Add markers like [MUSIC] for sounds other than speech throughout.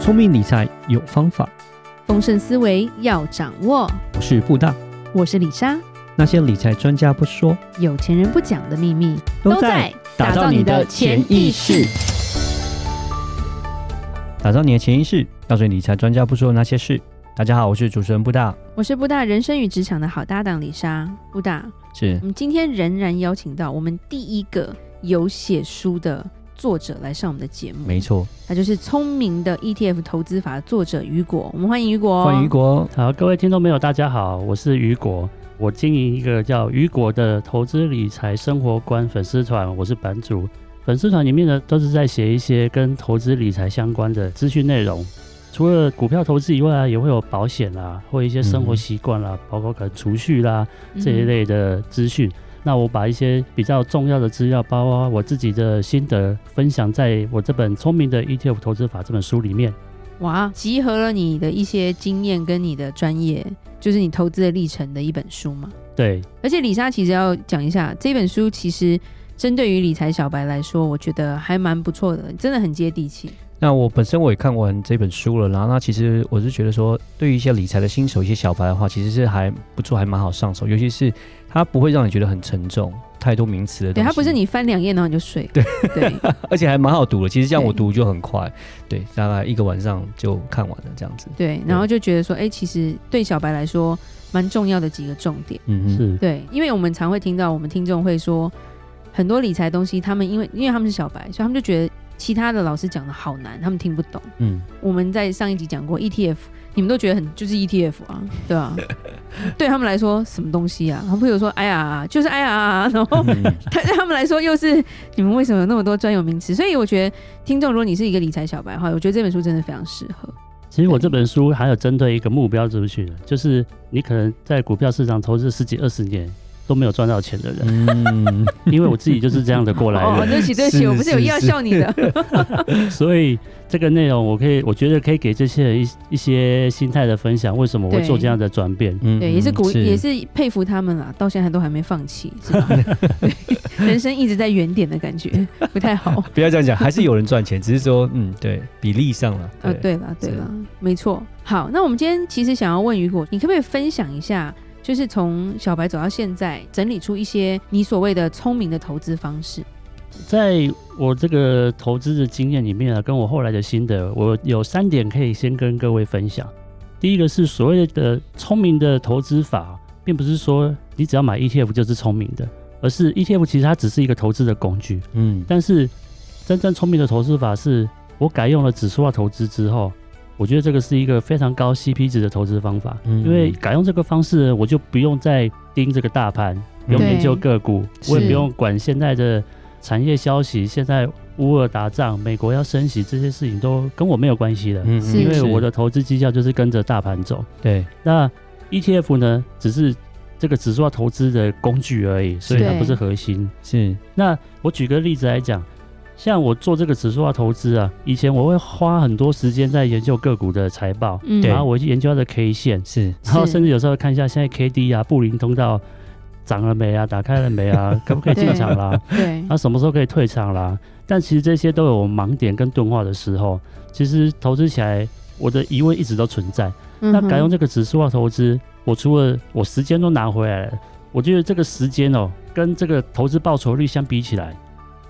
聪明理财有方法，丰盛思维要掌握。我是布大。我是李莎，那些理财专家不说，有钱人不讲的秘密打造你的潜意识。，打造你的潜意识，告诉你理财专家不说的那些事。大家好，我是主持人布大。我是布大人生与职场的好搭档李莎。布大，是我们今天仍然邀请到我们第一个有写书的作者来上我们的节目，没，错，他就是《聪明的 ETF 投资法》作者雨果。我们欢迎雨果，欢迎国。好，各位听众朋友，大家好，我是雨果，我经营一个叫雨果的投资理财生活观粉丝团，我是版主。粉丝团里面呢，都是在写一些跟投资理财相关的资讯内容，除了股票投资以外啊，也会有保险啦，或一些生活嗯习惯啦，包括可能储蓄啦，嗯这一类的资讯。那我把一些比较重要的资料，包括我自己的心得，分享在我这本《聪明的 ETF 投资法》这本书里面。哇，集合了你的一些经验跟你的专业，就是你投资的历程的一本书嘛。对，而且李莎其实要讲一下，这本书其实针对于理财小白来说，我觉得还蛮不错的，真的很接地气。那我本身我也看完这本书了，然后那其实我是觉得说，对于一些理财的新手、一些小白的话，其实是还不错，还蛮好上手，尤其是它不会让你觉得很沉重，太多名词的东对，西。它不是你翻两页然后你就 [LAUGHS] 睡了。对对而且还蛮好读的。其实这样对我读就很快，对，大概一个晚上就看完了这样子。对，然后就觉得说，哎、其实对小白来说蛮重要的几个重点。嗯哼，是对，因为我们常会听到我们听众会说，很多理财东西，他们因为因为他们是小白，所以他们就觉得其他的老师讲的好难，他们听不懂。嗯，我们在上一集讲过 ETF，你们都觉得很就是 ETF 啊，对啊，对他们来说什么东西啊？他们会有说哎呀，就是哎呀，然后 [LAUGHS] [LAUGHS] 嗯对他们来说又是你们为什么有那么多专有名词？所以我觉得听众，如果你是一个理财小白的话，我觉得这本书真的非常适合。其实我这本书还有针对一个目标族群，就是你可能在股票市场投资十几二十年都没有赚到钱的人，嗯，因为我自己就是这样的过来哦， [LAUGHS] 人，对不起，对不起，是我不是有意要是笑你的。所以这个内容我可以，我觉得可以给这些人一一些心态的分享，为什么我会做这样的转变。嗯对，也是鼓，也是是佩服他们啦，到现在都还没放弃，是吧？对，人生一直在原点的感觉不太好。不要这样讲，还是有人赚钱，只是说，嗯，对，比例上了，啊，，对了，对是了，没错。好，那我们今天其实想要问雨果，你可不可以分享一下，就是从小白走到现在，整理出一些你所谓的聪明的投资方式？在我这个投资的经验里面啊，跟我后来的心得，我有三点可以先跟各位分享。第一个是所谓的聪明的投资法，并不是说你只要买 ETF 就是聪明的，而是 ETF 其实它只是一个投资的工具。嗯但是真正聪明的投资法是，我改用了指数化投资之后，我觉得这个是一个非常高 CP 值的投资方法，嗯因为改用这个方式呢，我就不用再盯这个大盘，不用对研究个股，是我也不用管现在的产业消息，现在乌尔打仗，美国要升息，这些事情都跟我没有关系的，嗯是因为我的投资绩效就是跟着大盘走。对，那 ETF 呢，只是这个指数化投资的工具而已，所以它对不是核心。是，那我举个例子来讲，像我做这个指数化投资啊，以前我会花很多时间在研究个股的财报，嗯然后我去研究它的 K 线，是，然后是甚至有时候看一下现在 K D 啊、布林通道涨了没啊、打开了没啊、 [LAUGHS] 可不可以进场啦、啊对那、，什么时候可以退场啦？但其实这些都有盲点跟钝化的时候，其实投资起来我的疑问一直都存在。那那改用这个指数啊化投资，我除了我时间都拿回来了，我觉得这个时间哦，跟这个投资报酬率相比起来，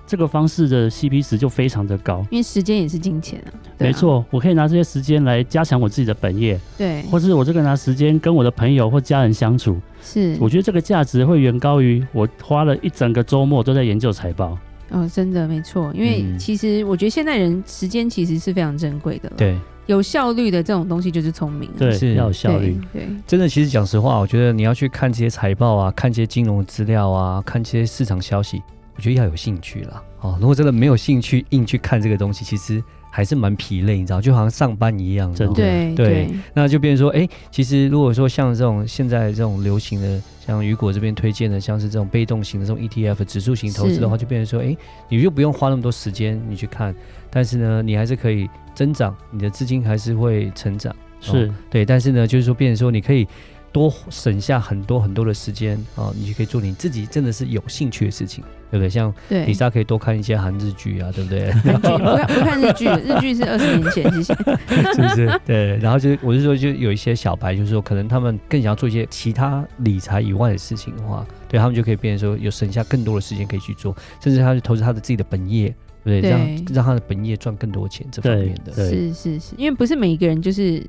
这个方式的 CP 值就非常的高。因为时间也是金钱啊，对啊没，错，我可以拿这些时间来加强我自己的本业，对，或是我这个拿时间跟我的朋友或家人相处，是，我觉得这个价值会远高于我花了一整个周末都在研究财报。哦，真的没错，因为嗯其实我觉得现代人时间其实是非常珍贵的，，对，有效率的这种东西就是聪明啊，对是，要有效率。对，真的，其实讲实话，我觉得你要去看这些财报啊，看这些金融资料啊，看这些市场消息，我觉得要有兴趣啦。哦，如果真的没有兴趣，硬去看这个东西，其实还是蛮疲累，你知道，就好像上班一样。你知道真吗对，的对，对那就变成说，哎、其实如果说像这种现在这种流行的，像雨果这边推荐的，像是这种被动型的这种 ETF 指数型投资的话，是就变成说，哎、你就不用花那么多时间你去看，但是呢，你还是可以增长，你的资金还是会成长。是，对，但是呢，就是说变成说你可以。多省下很多很多的时间啊、你就可以做你自己真的是有兴趣的事情，对不对？像对李，莎可以多看一些韩日剧啊，对不对？韩剧不看不看日剧，日剧是二十年前之前， [LAUGHS] 是不是？对，然后就是我是说，就有一些小白，就是说可能他们更想要做一些其他理财以外的事情的话，对他们就可以变成说有省下更多的时间可以去做，甚至他去投资他的自己的本业，对不对？对让让他的本业赚更多钱这方面的，对是是是，因为不是每一个人就是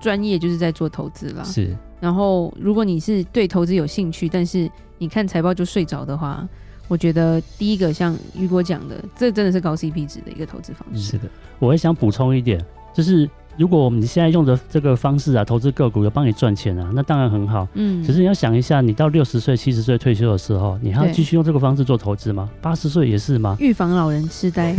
专业就是在做投资啦。是然后，如果你是对投资有兴趣，但是你看财报就睡着的话，我觉得第一个像雨果讲的，这真的是高 CP 值的一个投资方式。是的，我也想补充一点，就是如果我们现在用的这个方式啊，投资个股有帮你赚钱啊，那当然很好。嗯，可是你要想一下，你到六十岁、七十岁退休的时候，你还要对继续用这个方式做投资吗？八十岁也是吗？预防老人痴呆，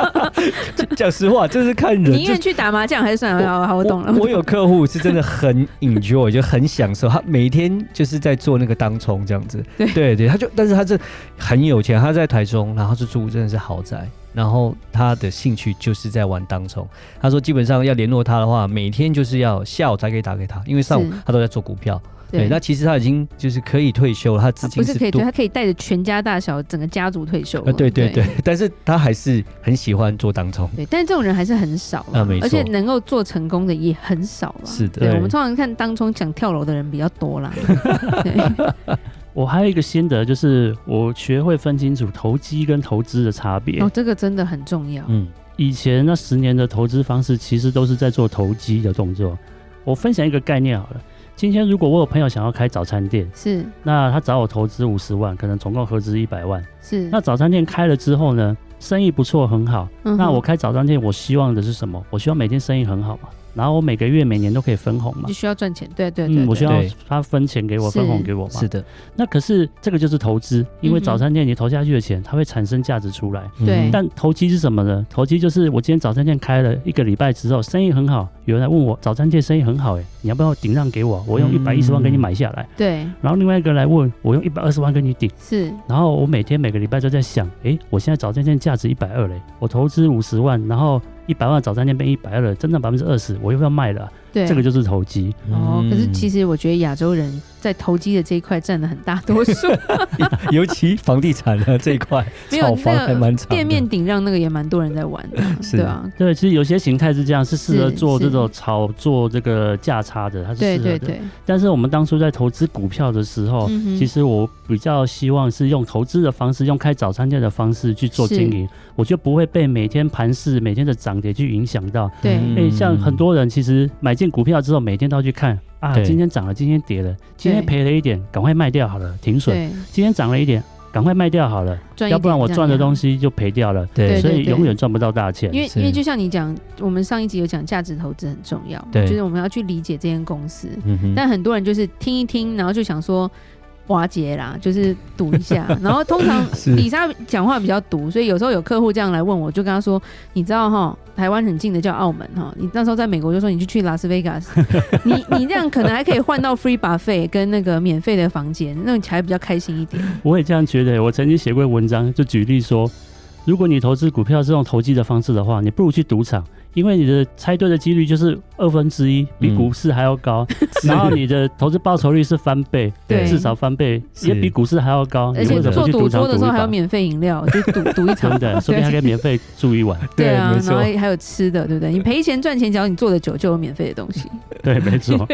[LAUGHS] 讲实话，这是看 [LAUGHS] 人。宁愿去打麻将还是算了，好好，我懂了。我有客户是真的 [LAUGHS] 很 enjoy，就很享受，他每天就是在做那个当冲这样子。对对对，他就，但是他是很有钱，他在台中，然后是住真的是豪宅，然后他的兴趣就是在玩当冲。他说基本上要联络他的话，每天就是要下午才可以打给他，因为上午是他都在做股票。对，那其实他已经就是可以退休了，他资啊哦不金是可以多退，他可以带着全家大小，整个家族退休了。呃，对对对，但是他还是很喜欢做当冲。对，但是这种人还是很少啦啊没错而且能够做成功的也很少吧。是的对，对我们通常看当中想跳楼的人比较多 [LAUGHS] 啦。对，我还有一个心得，就是我学会分清楚投机跟投资的差别。哦，这个真的很重要。嗯，以前那十年的投资方式，其实都是在做投机的动作。我分享一个概念好了，今天如果我有朋友想要开早餐店，是那他找我投资五十万，可能总共合资一百万。是，那早餐店开了之后呢，生意不错，很好。嗯哼那我开早餐店，我希望的是什么？我希望每天生意很好嘛，然后我每个月、每年都可以分红嘛就。需要赚钱。对对对嗯，我需对要对他分钱给我，是分红给我嘛是。的，那可是这个就是投资，因为嗯哼早餐店你投下去的钱，它会产生价值出来。对嗯但投机是什么呢？投机就是我今天早餐店开了一个礼拜之后，生意很好，有人来问我早餐店生意很好、欸，你要不要顶让给我？我用一嗯百一十万给你买下来。对然后另外一个来问我用一百二十万跟你顶，是然后我每天每个礼拜都在想，诶、我现在早餐店价值一百二嘞，我投资五十万，然后一百万早餐店变一百二了，增长百分之二十，我要不要卖了啊、对这个。就是嗯投机，哦，可是其实实我觉得亚洲人在投机的这一块占了很大多 [LAUGHS] 数， [LAUGHS] 尤其房地产的这一块，没有炒房还蛮长的，店面顶让那个也蛮多人在玩的，是对啊，对，其实有些形态是这样，是适合是做这是种炒作这个价差的，它是啊对适合对的。对，但是我们当初在投资股票的时候，嗯哼其实我比较希望是用投资的方式，用开早餐店的方式去做经营，我就不会被每天盘势、每天的涨跌去影响到。对嗯诶、像很多人其实买进股票之后，每天都要去看啊，对今天涨了，今天跌了，今天赔了一点，赶快卖掉好了，停损；对今天涨了一点，赶快卖掉好了，赚一点这样，要不然我赚的东西，西就赔掉了，对对所以永远赚不到大钱。因为是因为就像你讲，我们上一集有讲价值投资很重要，对就是我们要去理解这间公司，嗯哼但很多人就是听一听，然后就想说瓦解啦， [LAUGHS] 就是赌一 [LAUGHS] 下。然后通常是李莎讲话比较毒，所以有时候有客户这样来问我，就跟他说：“你知道哈，台湾很近的叫澳门哈，你那时候在美国就说你去去拉斯维加斯， [LAUGHS] 你你这样可能还可以换到 free buffet 跟那个免费的房间，那你才比较开心一点。我也这样觉得。我曾经写过文章，就举例说，如果你投资股票是用投机的方式的话，你不如去赌场，因为你的猜对的几率就是二分之一，比嗯股市还要高。 [LAUGHS] 然后你的投资报酬率是翻倍，嗯 [LAUGHS] 对至少翻倍，是也比股市还要高。而哦你且为什么做不去赌赌场桌赌的一时候还有把？免费饮料，就赌赌一 [LAUGHS] 场真。 [LAUGHS] 的，说不定还可以免费住一晚。对啊，没然后错，还有吃的，对不对？你赔钱赚钱，只要你做的久，就有免费的东西。对，[LAUGHS] 没错。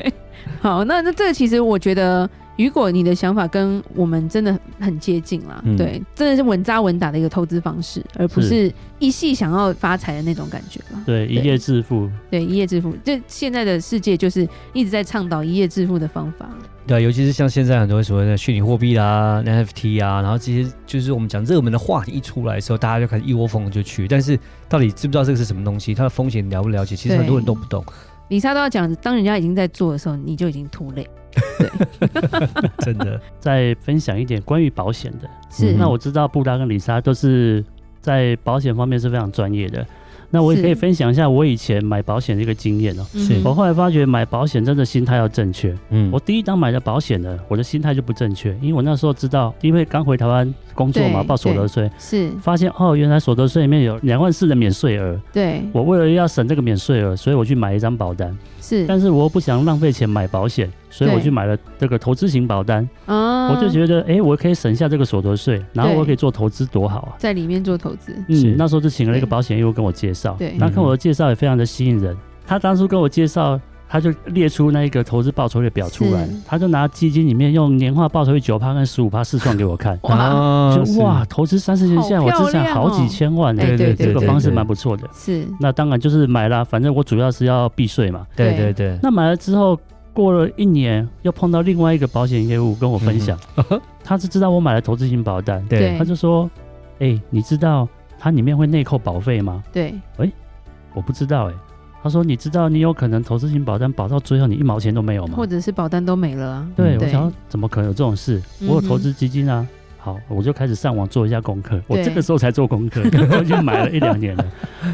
好，那那这个其实我觉得，雨果你的想法跟我们真的很接近啦，嗯对，真的是稳扎稳打的一个投资方式，而不是是一系想要发财的那种感觉啦。对，一夜致富。对，一夜致富，这现在的世界就是一直在倡导一夜致富的方法。对啊，尤其是像现在很多所谓的虚拟货币啦、NFT 啊，然后这些就是我们讲热门的话题一出来的时候，大家就开始一窝蜂地就去。但是到底知不知道这个是什么东西，它的风险了不了解，其实对很多人都不 [LAUGHS] 懂，李莎都要讲，当人家已经在做的时候，你就已经吐累。真的。再分享一点关于保险的。是，嗯那我知道布达跟李莎都是在保险方面是非常专业的。那我也是可以分享一下我以前买保险的一个经验哦。嗯是我后来发觉买保险真的心态要正确。嗯我第一档买的保险呢，我的心态就不正确，因为我那时候知道，因为刚回台湾工作嘛，对报所得税，是发现哦，原来所得税里面有两万四的免税额。对，我为了要省这个免税额，所以我去买一张保单，是但是我又不想浪费钱买保险，所以我嗯对去买了这个投资型保单，啊，我就觉得哎、诶我可以省下这个所得税，然后对我可以做投资，多好啊！在里面做投资，是嗯，那时候就请了一个对保险业务跟我介绍，对那看我的介绍也非常的吸引人。他当初跟我介绍，他就列出那一个投资报酬率表出来是，，他就拿基金里面用年化报酬率九趴跟十五趴试算给我看哇，啊就是哇，投资三十年下来好我漂资产亮好几哦千万呢、哎对对对对对，这个方式对蛮不错的。是那当然就是买啦，反正我主要是要避税嘛。对对对，那买了之后，过了一年，又碰到另外一个保险业务跟我分嗯享， [LAUGHS] 他是知道我买了投资型保单，对他就说：“哎、你知道它里面会内扣保费吗对，？”我不知道哎、他说：“你知道你有可能投资型保单保到最后你一毛钱都没有吗或者是保单都没了啊？”，对，嗯我对想说怎么可能有这种事？嗯哼我有投资基金啊。好，我就开始上网做一下功课。我对这个时候才做功课， [LAUGHS] 我已经买了一两 [LAUGHS] 年了。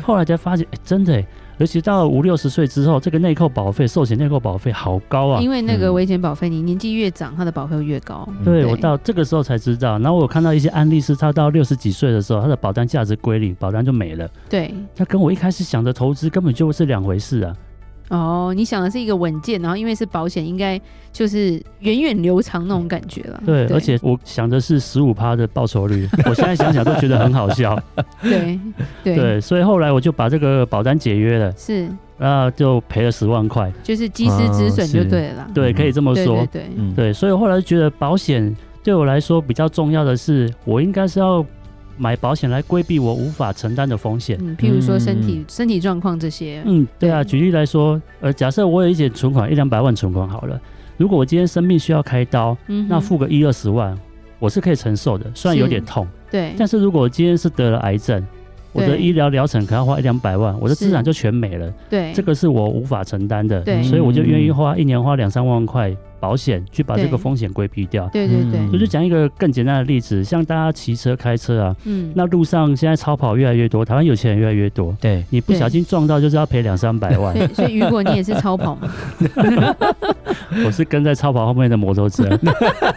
后来才发现，哎、真的、哎，尤其到五六十岁之后，这个内扣保费、寿险内扣保费好高啊！因为那个嗯危险保费，你年纪越长，它的保费会越高。对对我到这个时候才知道，然后我有看到一些案例是他到六十几岁的时候，他的保单价值归零，保单就没了。对，他跟我一开始想的投资根本就是两回事啊。哦，你想的是一个稳健，然后因为是保险，应该就是源远流长那种感觉了。对，而且我想的是十五趴的报酬 [LAUGHS] 率，我现在想想都觉得很好笑。 [LAUGHS] 对 [LAUGHS] 对对，所以后来我就把这个保单解约了，是那就赔了十万块。就是及时止损就对了啦。啊对，可以这么对对说。对，嗯对，所以我后来觉得保险对我来说比较重要的是，我应该是要买保险来规避我无法承担的风险。嗯，譬如说身体身体状况这些，嗯，对啊，对举例来说，呃，假设我有一点存款一两百万存款好了，如果我今天生病需要开刀，嗯哼，那付个一二十万，我是可以承受的，虽然有点痛，对但是如果我今天是得了癌症，我的对医疗疗程可能要花一两百万，我的资是产就全没了，对这个是我无法承担的，对所以我就愿意嗯花一年花两三万块保险去把这对个风险规避掉。对对对嗯我就讲一个更简单的例子，像大家骑车、开车啊，嗯，那路上现在超跑越来越多，台湾有钱人越来越多，对，你不对小心撞到就是要赔两三百万。对，所以雨果你也是超跑 [LAUGHS] 嘛？我是跟在超跑后面的摩托车，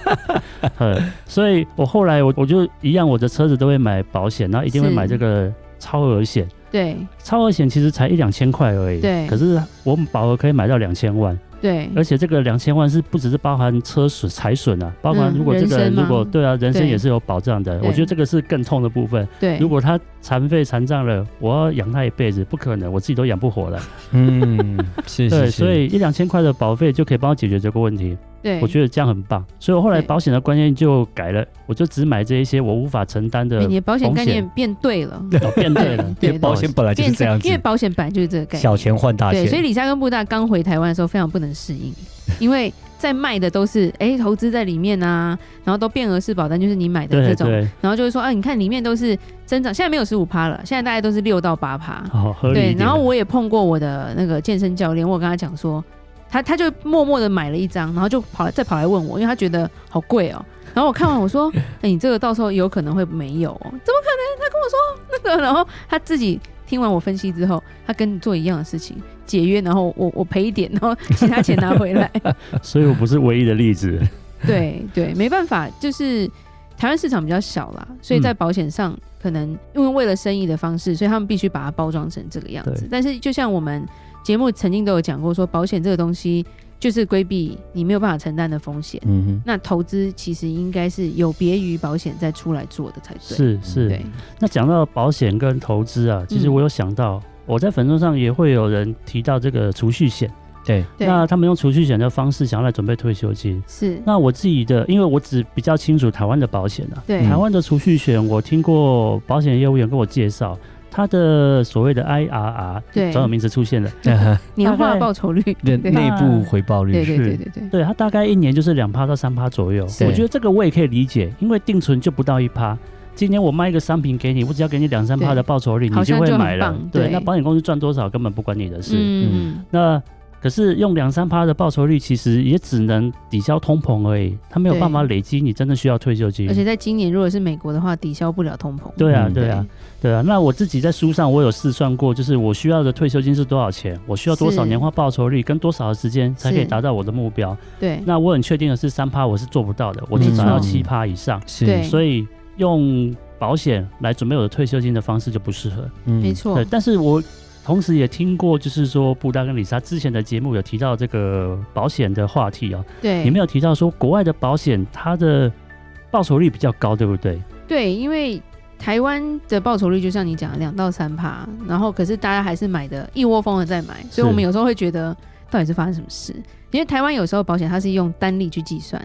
[LAUGHS] 呃，所以我后来我我就一样，我的车子都会买保险，然后一定会是买这个超额险。对超额险其实才一两千块而已，对可是我们保额可以买到两千万，对而且这个两千万是不只是包含车损、财损啊，包含嗯如果这个人人身吗如果对啊，人身对也是有保障的。对我觉得这个是更痛的部分。对，如果他残废残障了，我要养他一辈子，不可能，我自己都养不活了。嗯，是对，是是，所以一两千块的保费就可以帮我解决这个问题。对，我觉得这样很棒，所以我后来对保险的观念就改了，我就只买这一些我无法承担的哎你的保险风概念险变对 [LAUGHS] 了，哦变对了，对因为保险本来就是变这成样子因为，保险本来就是这个概念，小钱换大对，所以钱，李莎跟布大刚回台湾的时候非常不能适应，因为在卖的都是哎、投资在里面啊，然后都变额式保单，就是你买的对这种，对，然后就会说啊，你看里面都是增长，现在没有十五趴了，现在大概都是六到八趴。好合理一对点，然后我也碰过我的那个健身教练，我有跟他讲说，他他就默默的买了一张，然后就跑来再跑来问我，因为他觉得好贵哦、然后我看完我说，哎、你这个到时候有可能会没有哦、怎么可能？他跟我说那个，然后他自己听完我分析之后，他跟你做一样的事情，解约，然后我我赔一点，然后其他钱拿回来。所以我不是唯一的例子， [LAUGHS] 对对，没办法，就是台湾市场比较小啦，所以嗯在保险上、可能因为为了生意的方式，所以他们必须把它包装成这个样子对。但是就像我们节目曾经都有讲过说保险这个东西就是规避你没有办法承担的风险。嗯那投资其实应该是有别于保险再出来做的才对。嗯是是对。，那讲到保险跟投资啊，其实嗯我有想到，我在粉丝上也会有人提到这个储蓄险，哼，对，对，那他们用储蓄险的方式想要来准备退休金。是，那我自己的，因为我只比较清楚台湾的保险啊，对，台湾的储蓄险，我听过保险业务员跟我介绍，它的所谓的 IRR，对专有名词出现了， [LAUGHS] 年大化概报酬 [LAUGHS] 率，内内部回报对率对是对对对，对它大概一年就是两趴到三趴左右。是我觉得这个我也可以理解，因为定存就不到一趴。今天我卖一个商品给你，我只要给你两三趴对的报酬率，好你像会就很买了棒。对，对那保险公司赚多少根本不关你的事。嗯，那可是用两三趴的报酬率，其实也只能抵消通膨而已，它没有对办法累积你真的需要退休金嗯而。且在今年如果是美国的话，抵消不了通膨。对啊，嗯对啊，对啊。那我自己在书上我有试算过，就是我需要的退休金是多少钱，我需要多少是年化报酬率，跟多少的时间才可以是达到我的目标。对那我很确定的是，三趴我是做不到的，我至少要没错七趴以上。是对所以用保险来准备我的退休金的方式就不适合。嗯没错对，，但是我同时也听过，就是说布大跟李莎之前的节目有提到这个保险的话题啊，对，你们有提到说国外的保险它的报酬率比较高，对不对？对，因为台湾的报酬率就像你讲的两到三趴，然后可是大家还是买的一窝蜂的在买，所以我们有时候会觉得到底是发生什么事？因为台湾有时候保险它是用单利去计算，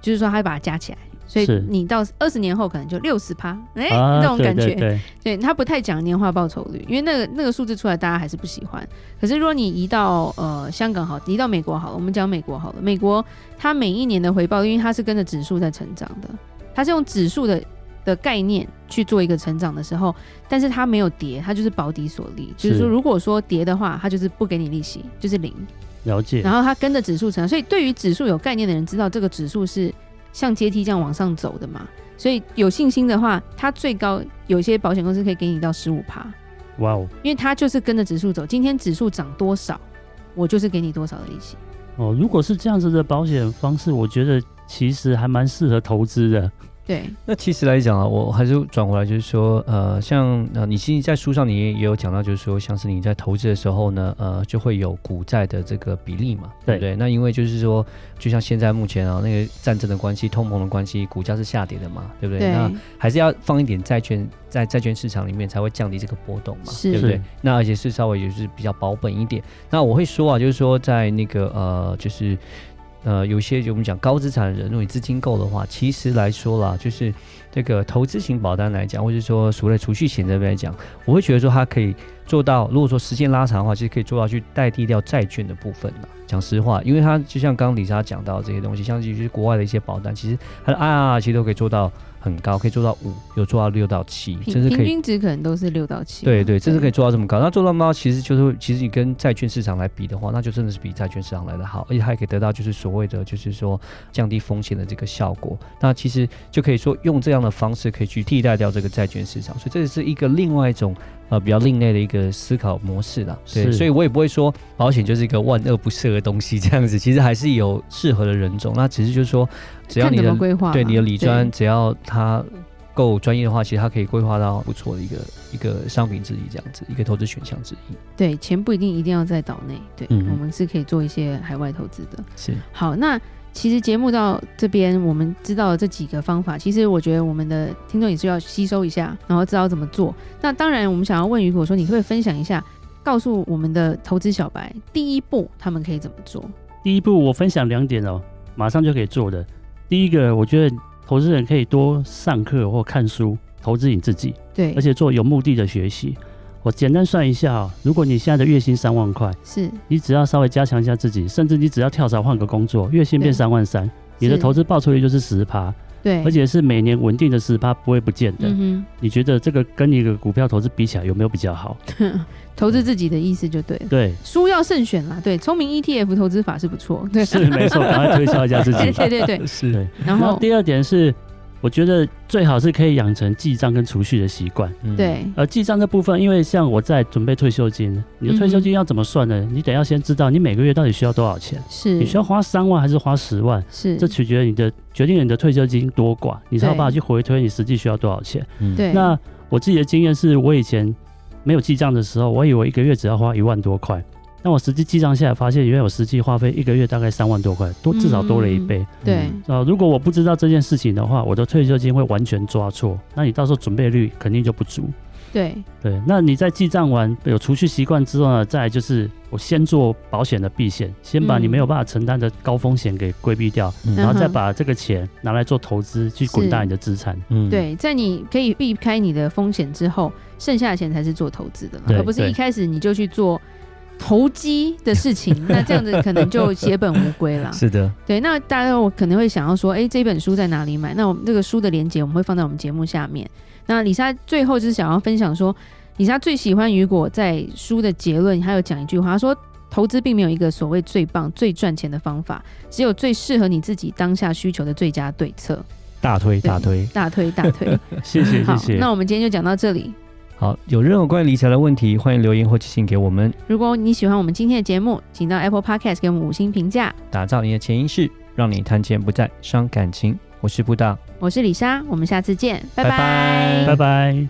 就是说它会把它加起来，所以是你到二十年后可能就六十趴，哎、啊，这种感觉。对对对对他不太讲年化报酬率，因为那个那个数字出来，大家还是不喜欢。可是如果你移到呃香港好，移到美国好了，我们讲美国好了，美国它每一年的回报，因为它是跟着指数在成长的，它是用指数的的概念去做一个成长的时候，但是它没有跌，它就是保底所利，就是是说如果说跌的话，它就是不给你利息，就是零。了解。然后它跟着指数成长，所以对于指数有概念的人知道这个指数是像阶梯这样往上走的嘛，所以有信心的话，它最高有些保险公司可以给你到十五趴，哇哦，因为它就是跟着指数走，今天指数涨多少，我就是给你多少的利息。哦，如果是这样子的保险方式，我觉得其实还蛮适合投资的。对那其实来讲啊，我还是转回来，就是说，呃，像呃，你其实在书上你也也有讲到，就是说，像是你在投资的时候呢，呃，就会有股债的这个比例嘛，对不对？那因为就是说，就像现在目前啊，那个战争的关系、通膨的关系，股价是下跌的嘛，对不对？那对还是要放一点债券在债券市场里面，才会降低这个波动嘛，是对不对是？那而且是稍微就是比较保本一点。那我会说啊，就是说在那个呃，就是呃，有些就我们讲高资产的人，如果你资金够的话，其实来说啦，就是这个投资型保单来讲，或者说所谓的储蓄险这边来讲，我会觉得说它可以做到，如果说时间拉长的话，其实可以做到去代替掉债券的部分啦。讲实话，因为它就像刚刚李莎讲到这些东西，像就是国外的一些保单，其实它的 IRR 其实都可以做到很高，可以做到五，有做到六到七，甚平至可平以。均值可能都是六到七。对对，甚至可以做到这么高。那做到猫，其实就是会其实你跟债券市场来比的话，那就真的是比债券市场来的好，而且还可以得到就是所谓的就是说降低风险的这个效果。那其实就可以说用这样的方式可以去替代掉这个债券市场，所以这是一个另外一种呃比较另类的一个思考模式啦。对，是所以我也不会说保险就是一个万恶不赦的东西这样子，其实还是有适合的人种。那只是就是说，只要看你怎的么规划嘛。对你的理专，对只要它够专业的话，其实它可以规划到不错的一个一个商品之一，这样子一个投资选项之一。对钱不一定一定要在岛内，对、嗯我们是可以做一些海外投资的。是好，那其实节目到这边，我们知道了这几个方法，其实我觉得我们的听众也是要吸收一下，然后知道怎么做。那当然，我们想要问雨果说，你可不可以分享一下，告诉我们的投资小白第一步他们可以怎么做？第一步，我分享两点哦，马上就可以做的。第一个，我觉得投资人可以多上课或看书，投资你自己，对，而且做有目的的学习。我简单算一下哦，如果你现在的月薪三万块，是你只要稍微加强一下自己，甚至你只要跳槽换个工作，月薪变对三万三，你的是投资报酬率就是十趴，对，而且是每年稳定的十趴，不会不见的。嗯你觉得这个跟你的股票投资比起来，有没有比较好？哼，投资自己的意思就对了，对，书要慎选啦，对，聪明 ETF 投资法是不错， [LAUGHS] 对，是没错，赶快推销一下自己对。对对对，是然然后后第二点是，我觉得最好是可以养成记账跟储蓄的习惯。嗯对而记账这部分，因为像我在准备退休金，你的退嗯休金要怎么算呢？你得要先知道你每个月到底需要多少钱，是你需要花三万还是花十万，是这取决于你的决定你的退休金多寡，你才有对办法去回推你实际需要多少钱。嗯对那我自己的经验是我以前没有记账的时候，我以为一个月只要花一万多块，但我实际记账下来发现，原来我实际花费一个月大概三万多块，多至少多了一倍。对啊，如果我不知道这件事情的话，我的退休金会完全抓错，那你到时候准备率肯定就不足。对对，那你在记账完有储蓄习惯之后呢，再来就是我先做保险的避险，先把你嗯没有办法承担的高风险给规避掉，嗯然后再嗯哼把这个钱拿来做投资，去滚大是你的资产。嗯，对，在你可以避开你的风险之后，剩下的钱才是做投资的啦，对而不是对一开始你就去做投机的事情，那这样子可能就血本无归啦。是的，对，那大家我可能会想要说，哎，这本书在哪里买？那我们这个书的链接我们会放在我们节目下面。那李莎最后就是想要分享说，李莎最喜欢雨果在书的结论，还有讲一句话，她说投资并没有一个所谓最棒、最赚钱的方法，只有最适合你自己当下需求的最佳对策。大推对大推。 [LAUGHS] 大推大推。谢谢，嗯好谢，谢。那我们今天就讲到这里。好，有任何关于理财的问题，欢迎留言或寄信给我们，如果你喜欢我们今天的节目，请到 Apple Podcast 给我们五星评价。打造你的潜意识，让你谈钱不再伤感情。我是布大，我是李莎，我们下次见，拜拜拜拜拜。